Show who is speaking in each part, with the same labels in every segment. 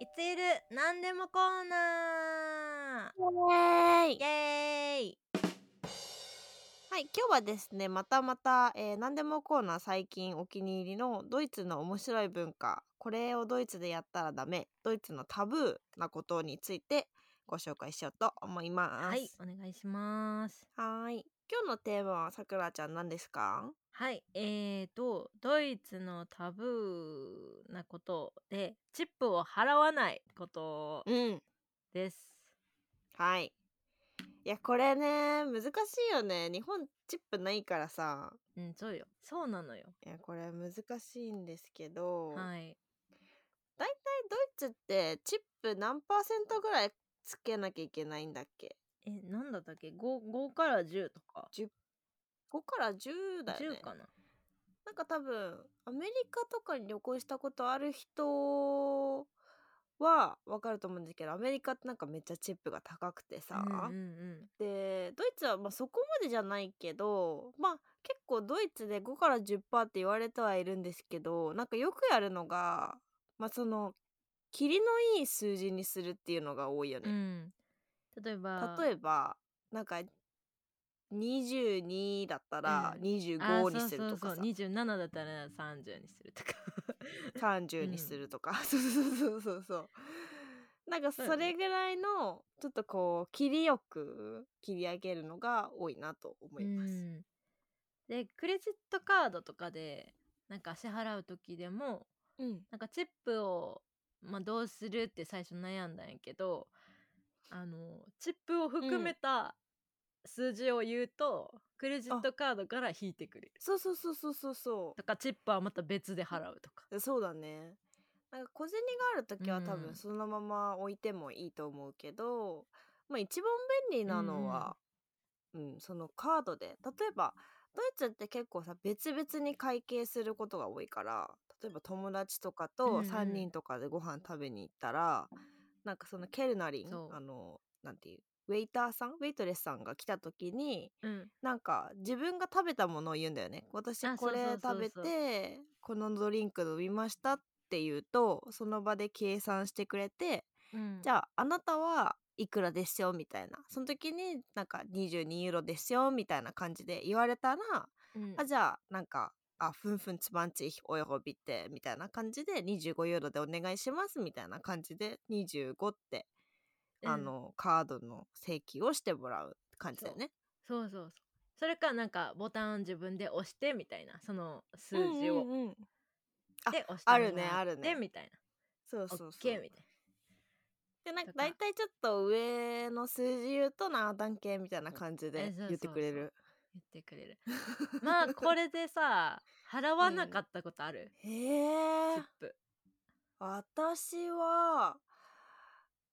Speaker 1: いついる何でもコーナー
Speaker 2: イエーイ
Speaker 1: イエーイ
Speaker 2: はい、今日はですね、またまた、えー、何でもコーナー最近お気に入りのドイツの面白い文化、これをドイツでやったらダメ、ドイツのタブーなことについてご紹介しようと思います。
Speaker 1: はいお願いします
Speaker 2: はーい。今日のテーマはさくらちゃん何ですか
Speaker 1: はいえーとドイツのタブーなことでチップを払わないこと
Speaker 2: うん。
Speaker 1: です
Speaker 2: はい。いや、これね、難しいよね。日本チップないからさ。
Speaker 1: うんそうよそうなのよ
Speaker 2: いや、これ難しいんですけど、
Speaker 1: はい
Speaker 2: ドイツってチップ何パーセントぐらいつけなきゃいけないんだっけ
Speaker 1: えなんだったっけ 5, 5から10とか
Speaker 2: 5から10だよね
Speaker 1: 10かな
Speaker 2: なんか多分アメリカとかに旅行したことある人はわかると思うんですけどアメリカってなんかめっちゃチップが高くてさ、
Speaker 1: うんうん
Speaker 2: でドイツはまあそこまでじゃないけどまあ結構ドイツで5から10%って言われてはいるんですけどなんかよくやるのがまあその霧のいい数字にするっていうのが多いよ
Speaker 1: うん、う
Speaker 2: ね。
Speaker 1: ん、例えば
Speaker 2: 例えばなんか22だったら
Speaker 1: うんあ
Speaker 2: 25
Speaker 1: ー
Speaker 2: にする
Speaker 1: そうそ
Speaker 2: と
Speaker 1: う
Speaker 2: か
Speaker 1: そ
Speaker 2: さ
Speaker 1: う27だったら30にするとか
Speaker 2: 30にするとか、 そうそうそうそうそうなんか
Speaker 1: そ
Speaker 2: そう
Speaker 1: よね
Speaker 2: れぐらいのちょっとこう切りよく切り上げるのが多いなと思います、
Speaker 1: うんでクレジットカードとかでなんか支払う時でも
Speaker 2: うん
Speaker 1: なんかチップを、まあ、どうするって最初悩んだんやけどあのチップを含めた数字を言うと、クレジットカードから引いてくれる
Speaker 2: そうそうそうそうそうそ
Speaker 1: とかチップはまた別で払うとか。
Speaker 2: うそうだねなんか小銭がある時は多
Speaker 1: うん
Speaker 2: 分そのまま置いてもいいと思うけど、まあ一番便利なのは、うんそのカードで例えばドイツって結構さ別々に会計することが多いから例えば友達とか
Speaker 1: うんう
Speaker 2: と
Speaker 1: ん
Speaker 2: 3人とかでご飯食べに行ったら、なんかそのケルナリン
Speaker 1: そう
Speaker 2: あのなんていうウェイターさんウェイトレスさんが来た時に
Speaker 1: うん
Speaker 2: なんか自分が食べたものを言うんだよね私
Speaker 1: あ
Speaker 2: こ
Speaker 1: そ
Speaker 2: れ
Speaker 1: うそう
Speaker 2: 食
Speaker 1: そ
Speaker 2: べ
Speaker 1: う
Speaker 2: て
Speaker 1: そう
Speaker 2: このドリンク飲みましたって言うとその場で計算してくれて
Speaker 1: うん、
Speaker 2: じゃああなたはいくらですよみたいなその時になんか22ユーロですよみたいな感じで言われたら、
Speaker 1: うん
Speaker 2: あじゃあなんかあふんふんつばんちおよびってみたいな感じで25ユーロでお願いしますみたいな感じで25って、
Speaker 1: うん
Speaker 2: あのカードの請求をしてもらう感じだよね。
Speaker 1: そうそうそうそれかなんかボタン自分で押してみたいなその数字
Speaker 2: うん
Speaker 1: を
Speaker 2: うんうんあ
Speaker 1: で押してもら
Speaker 2: あるねあるね
Speaker 1: ってみたい
Speaker 2: そう
Speaker 1: なオ
Speaker 2: そう
Speaker 1: ッ
Speaker 2: そう
Speaker 1: ケーみたい
Speaker 2: でなん
Speaker 1: と
Speaker 2: か
Speaker 1: か
Speaker 2: 大体ちょっと上の数字言うとなあだんけみたいな感じ
Speaker 1: え
Speaker 2: で
Speaker 1: そう
Speaker 2: 言ってくれる。
Speaker 1: な言ってくれ るまあこれでさ払わなかったことある、
Speaker 2: へ
Speaker 1: チ
Speaker 2: え
Speaker 1: ッ プ
Speaker 2: 私は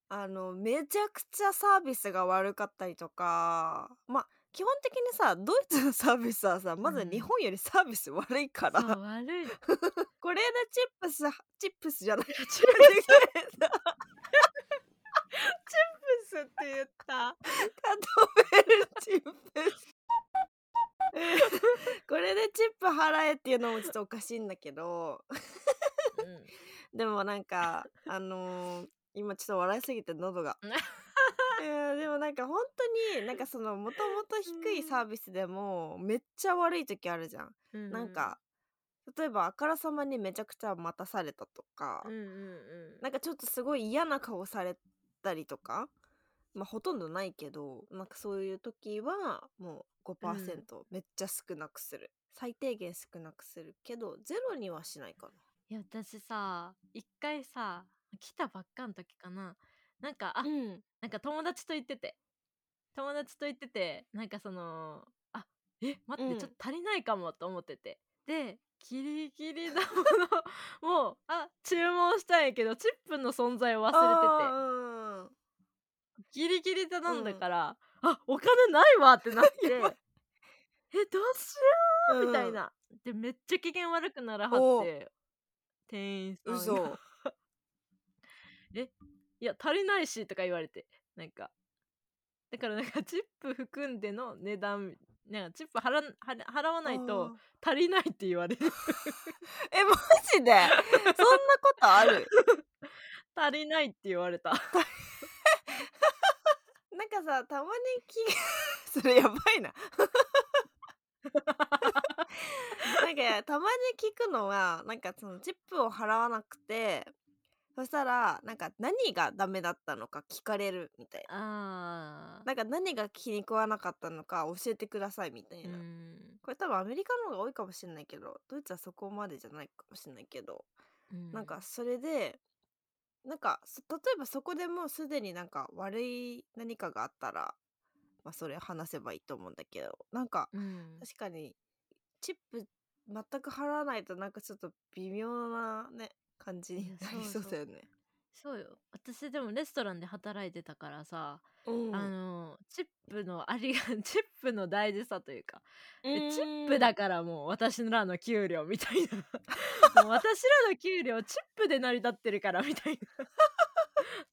Speaker 2: あのめちゃくちゃサービスが悪かったりとかまあ基本的にさドイツのサービスはさまず
Speaker 1: うん
Speaker 2: 日本よりサービス悪いから、
Speaker 1: そう 悪い
Speaker 2: これでチップスチップスじゃないチップス
Speaker 1: スって言った
Speaker 2: カトベルチップス これでチップ払えっていうのもちょっとおかしいんだけどでもなんかあのー今ちょっと笑いすぎて喉が。いやーでもなんか本当になんかそのもともと低いサービスでもめっちゃ悪い時あるじゃん。
Speaker 1: うん、う
Speaker 2: なんか例えばあからさまにめちゃくちゃ待たされたとか、
Speaker 1: うんうんうん
Speaker 2: なんかちょっとすごい嫌な顔されたりとかまあほとんどないけどなんかそういう時はもう5%めっちゃ少なくする、最低限少なくするけどゼロにはしないかな。
Speaker 1: いや私さ一回さ来たばっかの時かななんかあ
Speaker 2: うん、
Speaker 1: なんか友達と行ってて友達と行っててなんかそのあえ待って、
Speaker 2: うん
Speaker 1: ちょっと足りないかもと思っててでキリキリなものをあ注文したんやけどチップの存在を忘
Speaker 2: あ
Speaker 1: れてて
Speaker 2: ーうん
Speaker 1: ギリギリ頼んだ
Speaker 2: うん
Speaker 1: から、あお金ないわってなってえ
Speaker 2: やば
Speaker 1: ど
Speaker 2: いう
Speaker 1: しよ うみたいな、でめっちゃ機嫌悪くならはって店員さ
Speaker 2: うんん。
Speaker 1: が
Speaker 2: 嘘。
Speaker 1: いや足りないしとか言われてなんかだからなんかチップ含んでの値段なんかチップ払ん払払わないと足りないって言われる
Speaker 2: あー。え、マジでそんなことある
Speaker 1: 足りないって言われた
Speaker 2: なんかさたまに気 それやばいな なんかたまに聞くのはなんかそのチップを払わなくてそしたらなんか何がダメだったのか聞かれるみたいな
Speaker 1: あ
Speaker 2: なんか何が気に食わなかったのか教えてくださいみたい
Speaker 1: ーう
Speaker 2: な、
Speaker 1: ん
Speaker 2: これ多分アメリカの方が多いかもしれないけどドイツはそこまでじゃないかもしれないけど、
Speaker 1: うん
Speaker 2: なんかそれでなんかそ例えばそこでもうすでになんか悪い何かがあったら、まあ、それ話せばいいと思うんだけどなんか
Speaker 1: うん
Speaker 2: 確かにチップ全く払わないとなんかちょっと微妙なね感じに
Speaker 1: いや
Speaker 2: なり
Speaker 1: そ
Speaker 2: そうう
Speaker 1: そう
Speaker 2: だよね。
Speaker 1: そうよ私でもレストランで働いてたからさ、
Speaker 2: うん
Speaker 1: あのチップのありが チップの大事さというか
Speaker 2: チ
Speaker 1: でチップだからもう私らの給料みたいな もう私らの給料チップで成り立ってるからみたい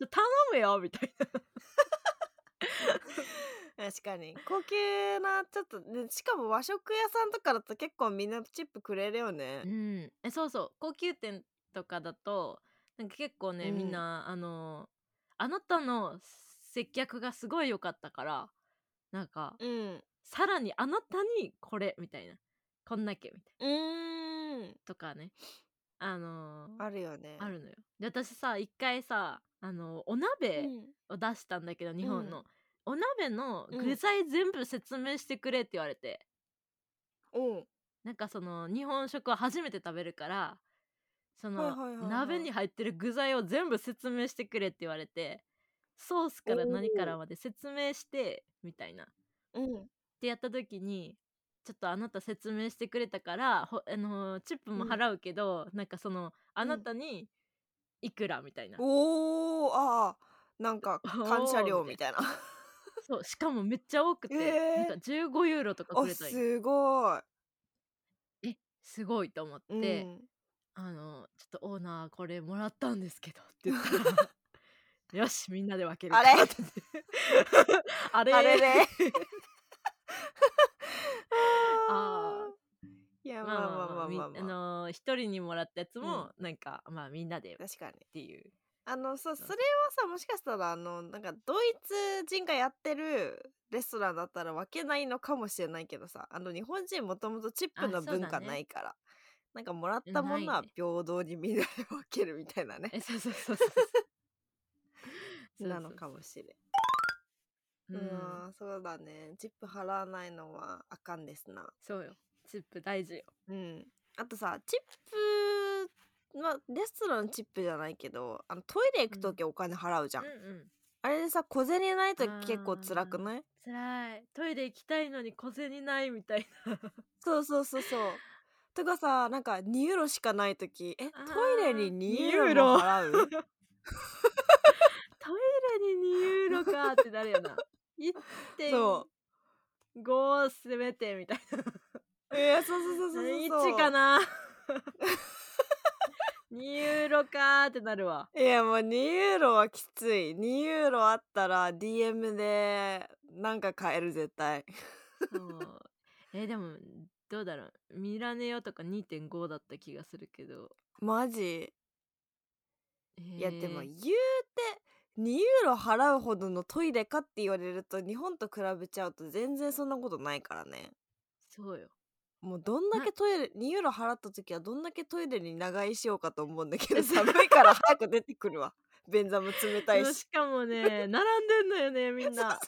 Speaker 1: な 頼むよみたいな
Speaker 2: 確かに高級なちょっと、ね、しかも和食屋さんとかだと結構みんなチップくれるよね
Speaker 1: う。ん、えそうそう高級店とかだとなんか結構ね、
Speaker 2: うん
Speaker 1: みんなあのあなたの接客がすごい良かったからなんか
Speaker 2: うん
Speaker 1: さらにあなたにこれみたいなこんだけみたいな
Speaker 2: うーん
Speaker 1: とかねあのー
Speaker 2: あるよね。
Speaker 1: あるのよで私さ一回さあのお鍋
Speaker 2: うん
Speaker 1: を出したんだけど、日本の、
Speaker 2: う
Speaker 1: お鍋の具材全部説明してくれって言われて、
Speaker 2: おう
Speaker 1: なんかその日本食を初めて食べるからその、
Speaker 2: はいはいはいはい
Speaker 1: 鍋に入ってる具材を全部説明してくれって言われてソースから
Speaker 2: おー
Speaker 1: 何からまで説明してみたいなっ
Speaker 2: うん
Speaker 1: てやった時にちょっとあなた説明してくれたからほ、あのーチップも払うけど、なんかそのあなたにいくらみたいな、
Speaker 2: おーあーなんか感謝料みた いな。
Speaker 1: そうしかもめっちゃ多くて、
Speaker 2: えー
Speaker 1: なんか15ユーロとか
Speaker 2: お
Speaker 1: くれたんよ
Speaker 2: すごい。
Speaker 1: えすごいと思って。
Speaker 2: うん
Speaker 1: あのちょっとオーナーこれもらったんですけどって言ったら よしみんなで分けるか
Speaker 2: あれ
Speaker 1: って言って あれ
Speaker 2: あれれ
Speaker 1: あ
Speaker 2: いや
Speaker 1: ー
Speaker 2: まあまあまあ
Speaker 1: み
Speaker 2: まあ、
Speaker 1: あ
Speaker 2: まあ、
Speaker 1: のー一人にもらったやつも、なんかまあみんなでっ
Speaker 2: 確かに
Speaker 1: ていう
Speaker 2: あのさそ
Speaker 1: そう
Speaker 2: れはさもしかしたらあのなんかドイツ人がやってるレストランだったら分けないのかもしれないけどさあの日本人もともとチップ
Speaker 1: あ
Speaker 2: の
Speaker 1: そうだね
Speaker 2: 文化ないから、なんかもらったもの
Speaker 1: ない
Speaker 2: は
Speaker 1: ね
Speaker 2: 平等にみんなで分けるみ たいなね
Speaker 1: えそうそうそうそうそう そう
Speaker 2: なのかもしれん
Speaker 1: うん
Speaker 2: うん、そうだね。チップ払わないのはあかんですな。
Speaker 1: そうよチップ大事よ
Speaker 2: うん。あとさ、チップ、まあ、レストランのチップじゃないけど、あのトイレ行くときお金払うじゃん。
Speaker 1: うんうん
Speaker 2: あれでさ、小銭ないとき結構辛くない
Speaker 1: つらいトイレ行きたいのに小銭ないみたいな
Speaker 2: そうそうそうそう。とかさ、なんか2ユーロしかないとき、え、
Speaker 1: あー
Speaker 2: トイレに2
Speaker 1: 2
Speaker 2: ユーロも払
Speaker 1: ト
Speaker 2: う
Speaker 1: イレに2ユーロかってなるよな
Speaker 2: そ
Speaker 1: 1.5せめてみたいな
Speaker 2: う。えー、そうそうそうそうそうそう。
Speaker 1: 1かな2ユーロかーってなるわ
Speaker 2: いやもう2ユーロはきつい。2ユーロあったら DM でなんか買える絶対。
Speaker 1: そうえーでもどうだろうミラネオとか2.5だった気がするけど、
Speaker 2: マジ
Speaker 1: えー
Speaker 2: いやでも言うて2ユーロ払うほどのトイレかって言われると日本と比べちゃうと全然そんなことないからね
Speaker 1: そうよ
Speaker 2: もうどんだ
Speaker 1: な
Speaker 2: けトイレ2ユーロ払った時はどんだけトイレに長居しようかと思うんだ けど寒いから早く出てくるわ便座も冷たい
Speaker 1: でも
Speaker 2: し
Speaker 1: しかも ね並んでんのよねみんな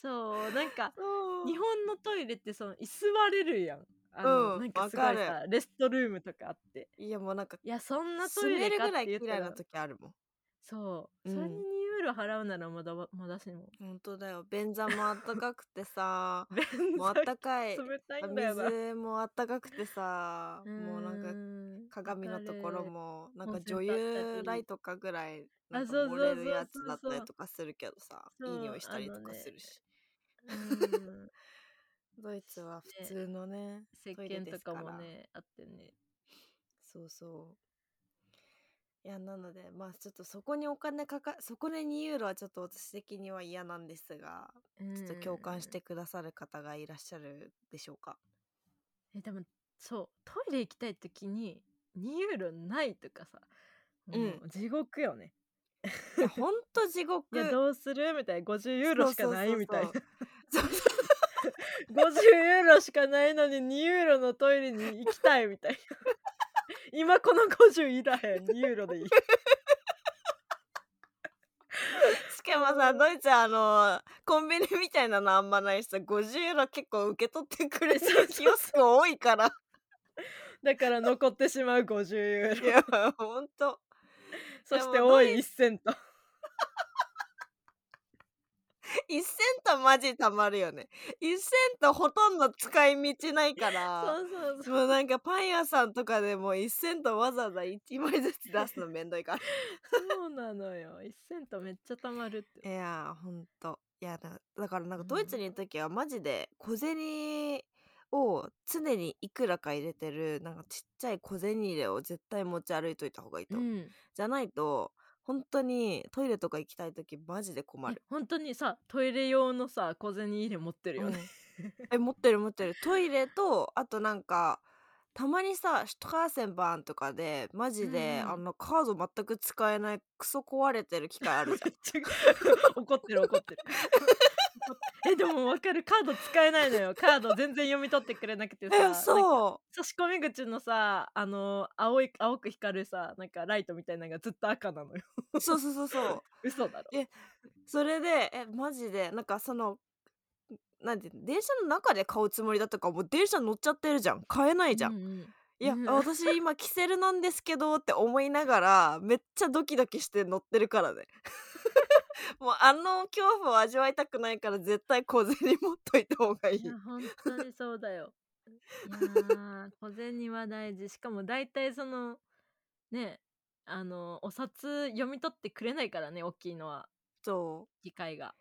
Speaker 1: そうなんか
Speaker 2: そう
Speaker 1: 日本のトイレってその居座れるやんあの、
Speaker 2: うん
Speaker 1: なんかすご
Speaker 2: わか
Speaker 1: い
Speaker 2: る
Speaker 1: さレストルームとかあって
Speaker 2: いやもうなんか
Speaker 1: いやそんなト
Speaker 2: 住
Speaker 1: イ
Speaker 2: め
Speaker 1: レ
Speaker 2: る
Speaker 1: かっ
Speaker 2: ぐらい
Speaker 1: て言
Speaker 2: 嫌
Speaker 1: った
Speaker 2: い
Speaker 1: ら
Speaker 2: な時あるもん
Speaker 1: そう、
Speaker 2: うん
Speaker 1: それに2ユーロ払うならまだわまだし も
Speaker 2: 本当だよ便座もあったかくて さ
Speaker 1: 便
Speaker 2: もうあっ
Speaker 1: 座
Speaker 2: たかい
Speaker 1: 冷たいんだよな
Speaker 2: 水もあったかくてさもうなんか
Speaker 1: ん
Speaker 2: 鏡のところもなんか
Speaker 1: 温泉
Speaker 2: 女優ライトかぐらいなんか
Speaker 1: そうそう
Speaker 2: 盛
Speaker 1: そう
Speaker 2: れるやつだっ
Speaker 1: そう
Speaker 2: た
Speaker 1: そう
Speaker 2: りとかするけどさい
Speaker 1: そ
Speaker 2: いう匂いしたりと
Speaker 1: あの
Speaker 2: か
Speaker 1: ね
Speaker 2: するし、
Speaker 1: わかる うん
Speaker 2: ドイツは普通のね
Speaker 1: 石
Speaker 2: トイレ
Speaker 1: 鹸
Speaker 2: で
Speaker 1: と
Speaker 2: すか
Speaker 1: からもねあってね
Speaker 2: そうそういやなのでまあちょっとそこにお金かかそこで2ユーロはちょっと私的には嫌なんですがちょっと共感してくださる方がいらっしゃるでしょうか
Speaker 1: うんえでもそうトイレ行きたい時に2ユーロないとかさ
Speaker 2: うん
Speaker 1: も地獄よね
Speaker 2: いやほんと地獄
Speaker 1: いやどうするみたいな50ユーロしかないみたいな
Speaker 2: そうそうそうそう
Speaker 1: 50ユーロしかないのに2ユーロのトイレに行きたいみたいな今この50いらへん2ユーロでいい
Speaker 2: しかもさドイツはあのコンビニみたいなのあんまないしさ50ユーロ結構受け取ってくれる
Speaker 1: そうそうそう
Speaker 2: キオスク多 いから
Speaker 1: だから残ってしまう50ユー
Speaker 2: い
Speaker 1: ロ
Speaker 2: やほんと
Speaker 1: そし
Speaker 2: で
Speaker 1: て
Speaker 2: もど
Speaker 1: 多
Speaker 2: う
Speaker 1: い1セント
Speaker 2: 1セントマジたまるよね1セントほとんど使い道ないから
Speaker 1: そうそうそう
Speaker 2: もうなんかパン屋さんとかでも1セントわざわざ1枚ずつ出すのめんどいから
Speaker 1: そうなのよ1セントめっちゃ貯まるって
Speaker 2: いやーほんといやだだからなんか
Speaker 1: うん
Speaker 2: ドイツにいる時はマジで小銭を常にいくらか入れてるなんかちっちゃい小銭入れを絶対持ち歩いといた方がいいと、
Speaker 1: うん
Speaker 2: じゃないと本当にトイレとか行きたい時マジで困
Speaker 1: え
Speaker 2: る、
Speaker 1: 本当にさトイレ用のさ小銭入れ持ってるよね、
Speaker 2: うんえ持ってる持ってるトイレとあとなんかたまにさシュトカーセンバーンとかでマジで、
Speaker 1: うんうん
Speaker 2: あのカード全く使えないクソ壊れてる機械あるじゃん
Speaker 1: めっちゃ怒ってる 怒ってるえでも分かるカード使えないのよカード全然読み取ってくれなくてさ
Speaker 2: え
Speaker 1: なんか
Speaker 2: そう
Speaker 1: 差し込み口のさあの青い青く光るさなんかライトみたいなのがずっと赤なのよ
Speaker 2: そうそうそうそう
Speaker 1: 嘘だろ
Speaker 2: えそれでえマジでなんかそのなんていうの電車の中で買うつもりだったからもう電車乗っちゃってるじゃん買えないじゃん、
Speaker 1: うんうん
Speaker 2: いや
Speaker 1: うん
Speaker 2: あ私今キセルなんですけどって思いながらめっちゃドキドキして乗ってるからね もうあの恐怖を味わいたくないから絶対小銭持っといた方がいい
Speaker 1: いや本当にそうだよいやー小銭は大事しかも大体そのねあのお札読み取ってくれないからね大きいのは
Speaker 2: そう
Speaker 1: 機械が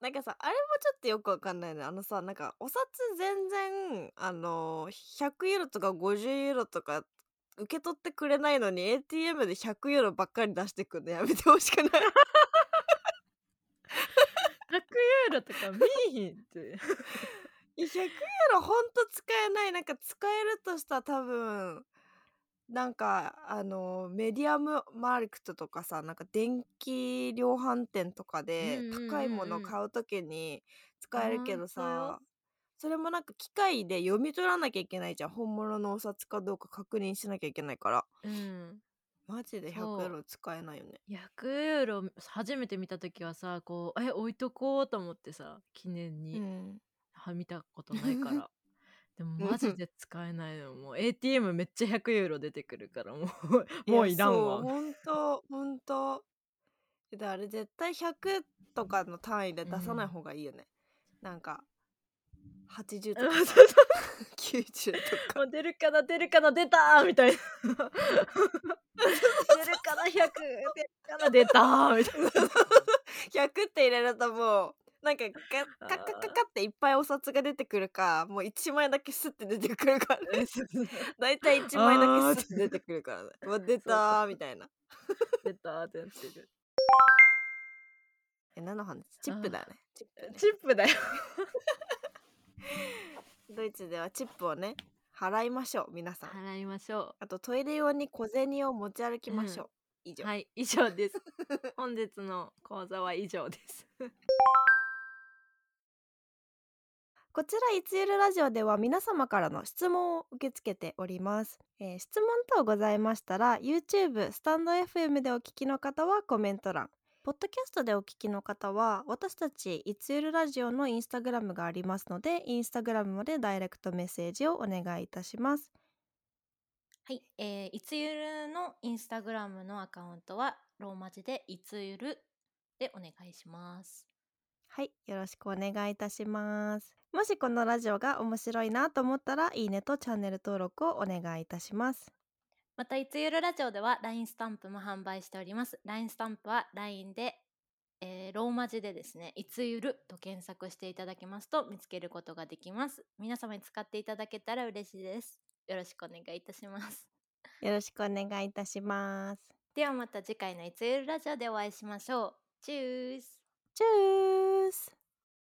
Speaker 2: なんかさあれもちょっとよくわかんないのあのさなんかお札全然あの100ユーロとか50ユーロとか受け取ってくれないのに ATM で100ユーロばっかり出してくんのやめてほしくない
Speaker 1: 100ユ ーロとか見えひんって
Speaker 2: いや100ユーロほんと使えないなんか使えるとしたら多分なんかあのメディアムマークトとかさなんか電気量販店とかで
Speaker 1: うんうんうんうん
Speaker 2: 高いもの買う時に使えるけど
Speaker 1: ほんと
Speaker 2: さ
Speaker 1: よ
Speaker 2: それもなんか機械で読み取らなきゃいけないじゃん本物のお札かどうか確認しなきゃいけないから
Speaker 1: うん
Speaker 2: マジで100
Speaker 1: そう
Speaker 2: ユーロ使えないよね
Speaker 1: 100ユーロ初めて見た時はさこうえ置いとこうと思ってさ記念
Speaker 2: う
Speaker 1: に、
Speaker 2: ん
Speaker 1: は見たことないから でもマジで使えないのもう ATM めっちゃ100ユーロ出てくるからもうもう いらんわ
Speaker 2: 本当本当であれ絶対100とかの単位で出さない方がいいよね、なんか80とかさ 90とか
Speaker 1: もう出るかな出るかな出たーみたいな出るかな100出る かな出たーみたいな
Speaker 2: 100って入れるともうなんかカッカッカッカッカッっていっぱいお札が出てくるかもう1枚だけスッて出てくるから ね 大体1枚だけスッて出てくるからね うわ出たーみたいな
Speaker 1: 出たーってなって る
Speaker 2: え何の話チップだよねチップね
Speaker 1: チップだよ
Speaker 2: ドイツではチップをね払いましょう皆さん
Speaker 1: 払いましょ
Speaker 2: あとトイレ用に小銭を持ち歩きましょう。以上、
Speaker 1: うはい以上です本日の講座は以上です
Speaker 2: こちらいつゆるラジオでは皆様からの質問を受け付けております、えー質問等ございましたら YouTube スタンド FM でお聞きの方はコメント欄ポッドキャストでお聞きの方は私たちいつゆるラジオのインスタグラムがありますのでインスタグラムまでダイレクトメッセージをお願いいたします
Speaker 3: はい、えーいつゆるのインスタグラムのアカウントはローマ字でいつゆるでお願いします。
Speaker 2: はい、よろしくお願いいたします。もしこのラジオが面白いなと思ったら、いいねとチャンネル登録をお願いいたします。
Speaker 3: また、いつゆるラジオでは LINE スタンプも販売しております。LINE スタンプは LINE で、えーローマ字でですね、いつゆると検索していただけますと見つけることができます。皆様に使っていただけたら嬉しいです。よろしくお願いいたします。
Speaker 2: よろしくお願いいたします。
Speaker 3: ではまた次回のいつゆるラジオでお会いしましょう。チュース
Speaker 2: チュース